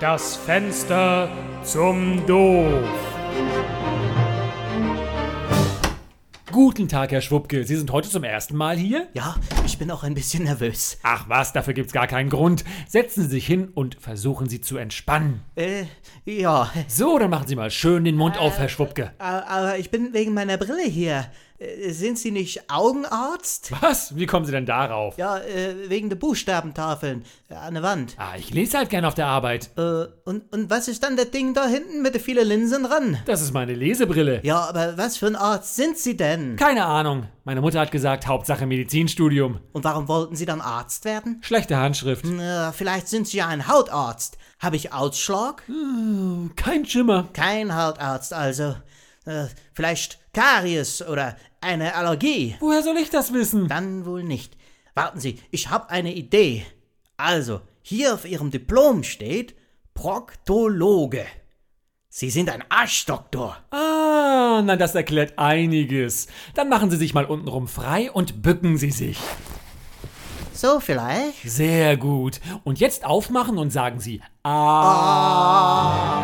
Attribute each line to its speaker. Speaker 1: Das Fenster zum Doof. Guten Tag, Herr Schwubke. Sie sind heute zum ersten Mal hier?
Speaker 2: Ja, ich bin auch ein bisschen nervös.
Speaker 1: Ach was, dafür gibt's gar keinen Grund. Setzen Sie sich hin und versuchen Sie zu entspannen.
Speaker 2: Äh, ja.
Speaker 1: So, dann machen Sie mal schön den Mund auf, Herr Schwubke.
Speaker 2: Aber, aber ich bin wegen meiner Brille hier. Äh, Sind Sie nicht Augenarzt?
Speaker 1: Was? Wie kommen Sie denn darauf?
Speaker 2: Ja, äh, wegen der Buchstabentafeln äh, an der Wand.
Speaker 1: Ah, ich lese halt gern auf der Arbeit.
Speaker 2: Äh, und, und was ist dann das Ding da hinten mit den vielen Linsen dran?
Speaker 1: Das ist meine Lesebrille.
Speaker 2: Ja, aber was für ein Arzt sind Sie denn?
Speaker 1: Keine Ahnung. Meine Mutter hat gesagt, Hauptsache Medizinstudium.
Speaker 2: Und warum wollten Sie dann Arzt werden?
Speaker 1: Schlechte Handschrift.
Speaker 2: Äh, vielleicht sind Sie ja ein Hautarzt. Habe ich Ausschlag?
Speaker 1: Oh, Kein Schimmer.
Speaker 2: Kein Hautarzt also. Äh, vielleicht Karies oder eine Allergie.
Speaker 1: Woher soll ich das wissen?
Speaker 2: Dann wohl nicht. Warten Sie, ich habe eine Idee. Also, hier auf Ihrem Diplom steht Proktologe. Sie sind ein Arschdoktor.
Speaker 1: Ah, na das erklärt einiges. Dann machen Sie sich mal untenrum frei und bücken Sie sich.
Speaker 2: So vielleicht?
Speaker 1: Sehr gut. Und jetzt aufmachen und sagen Sie Ah.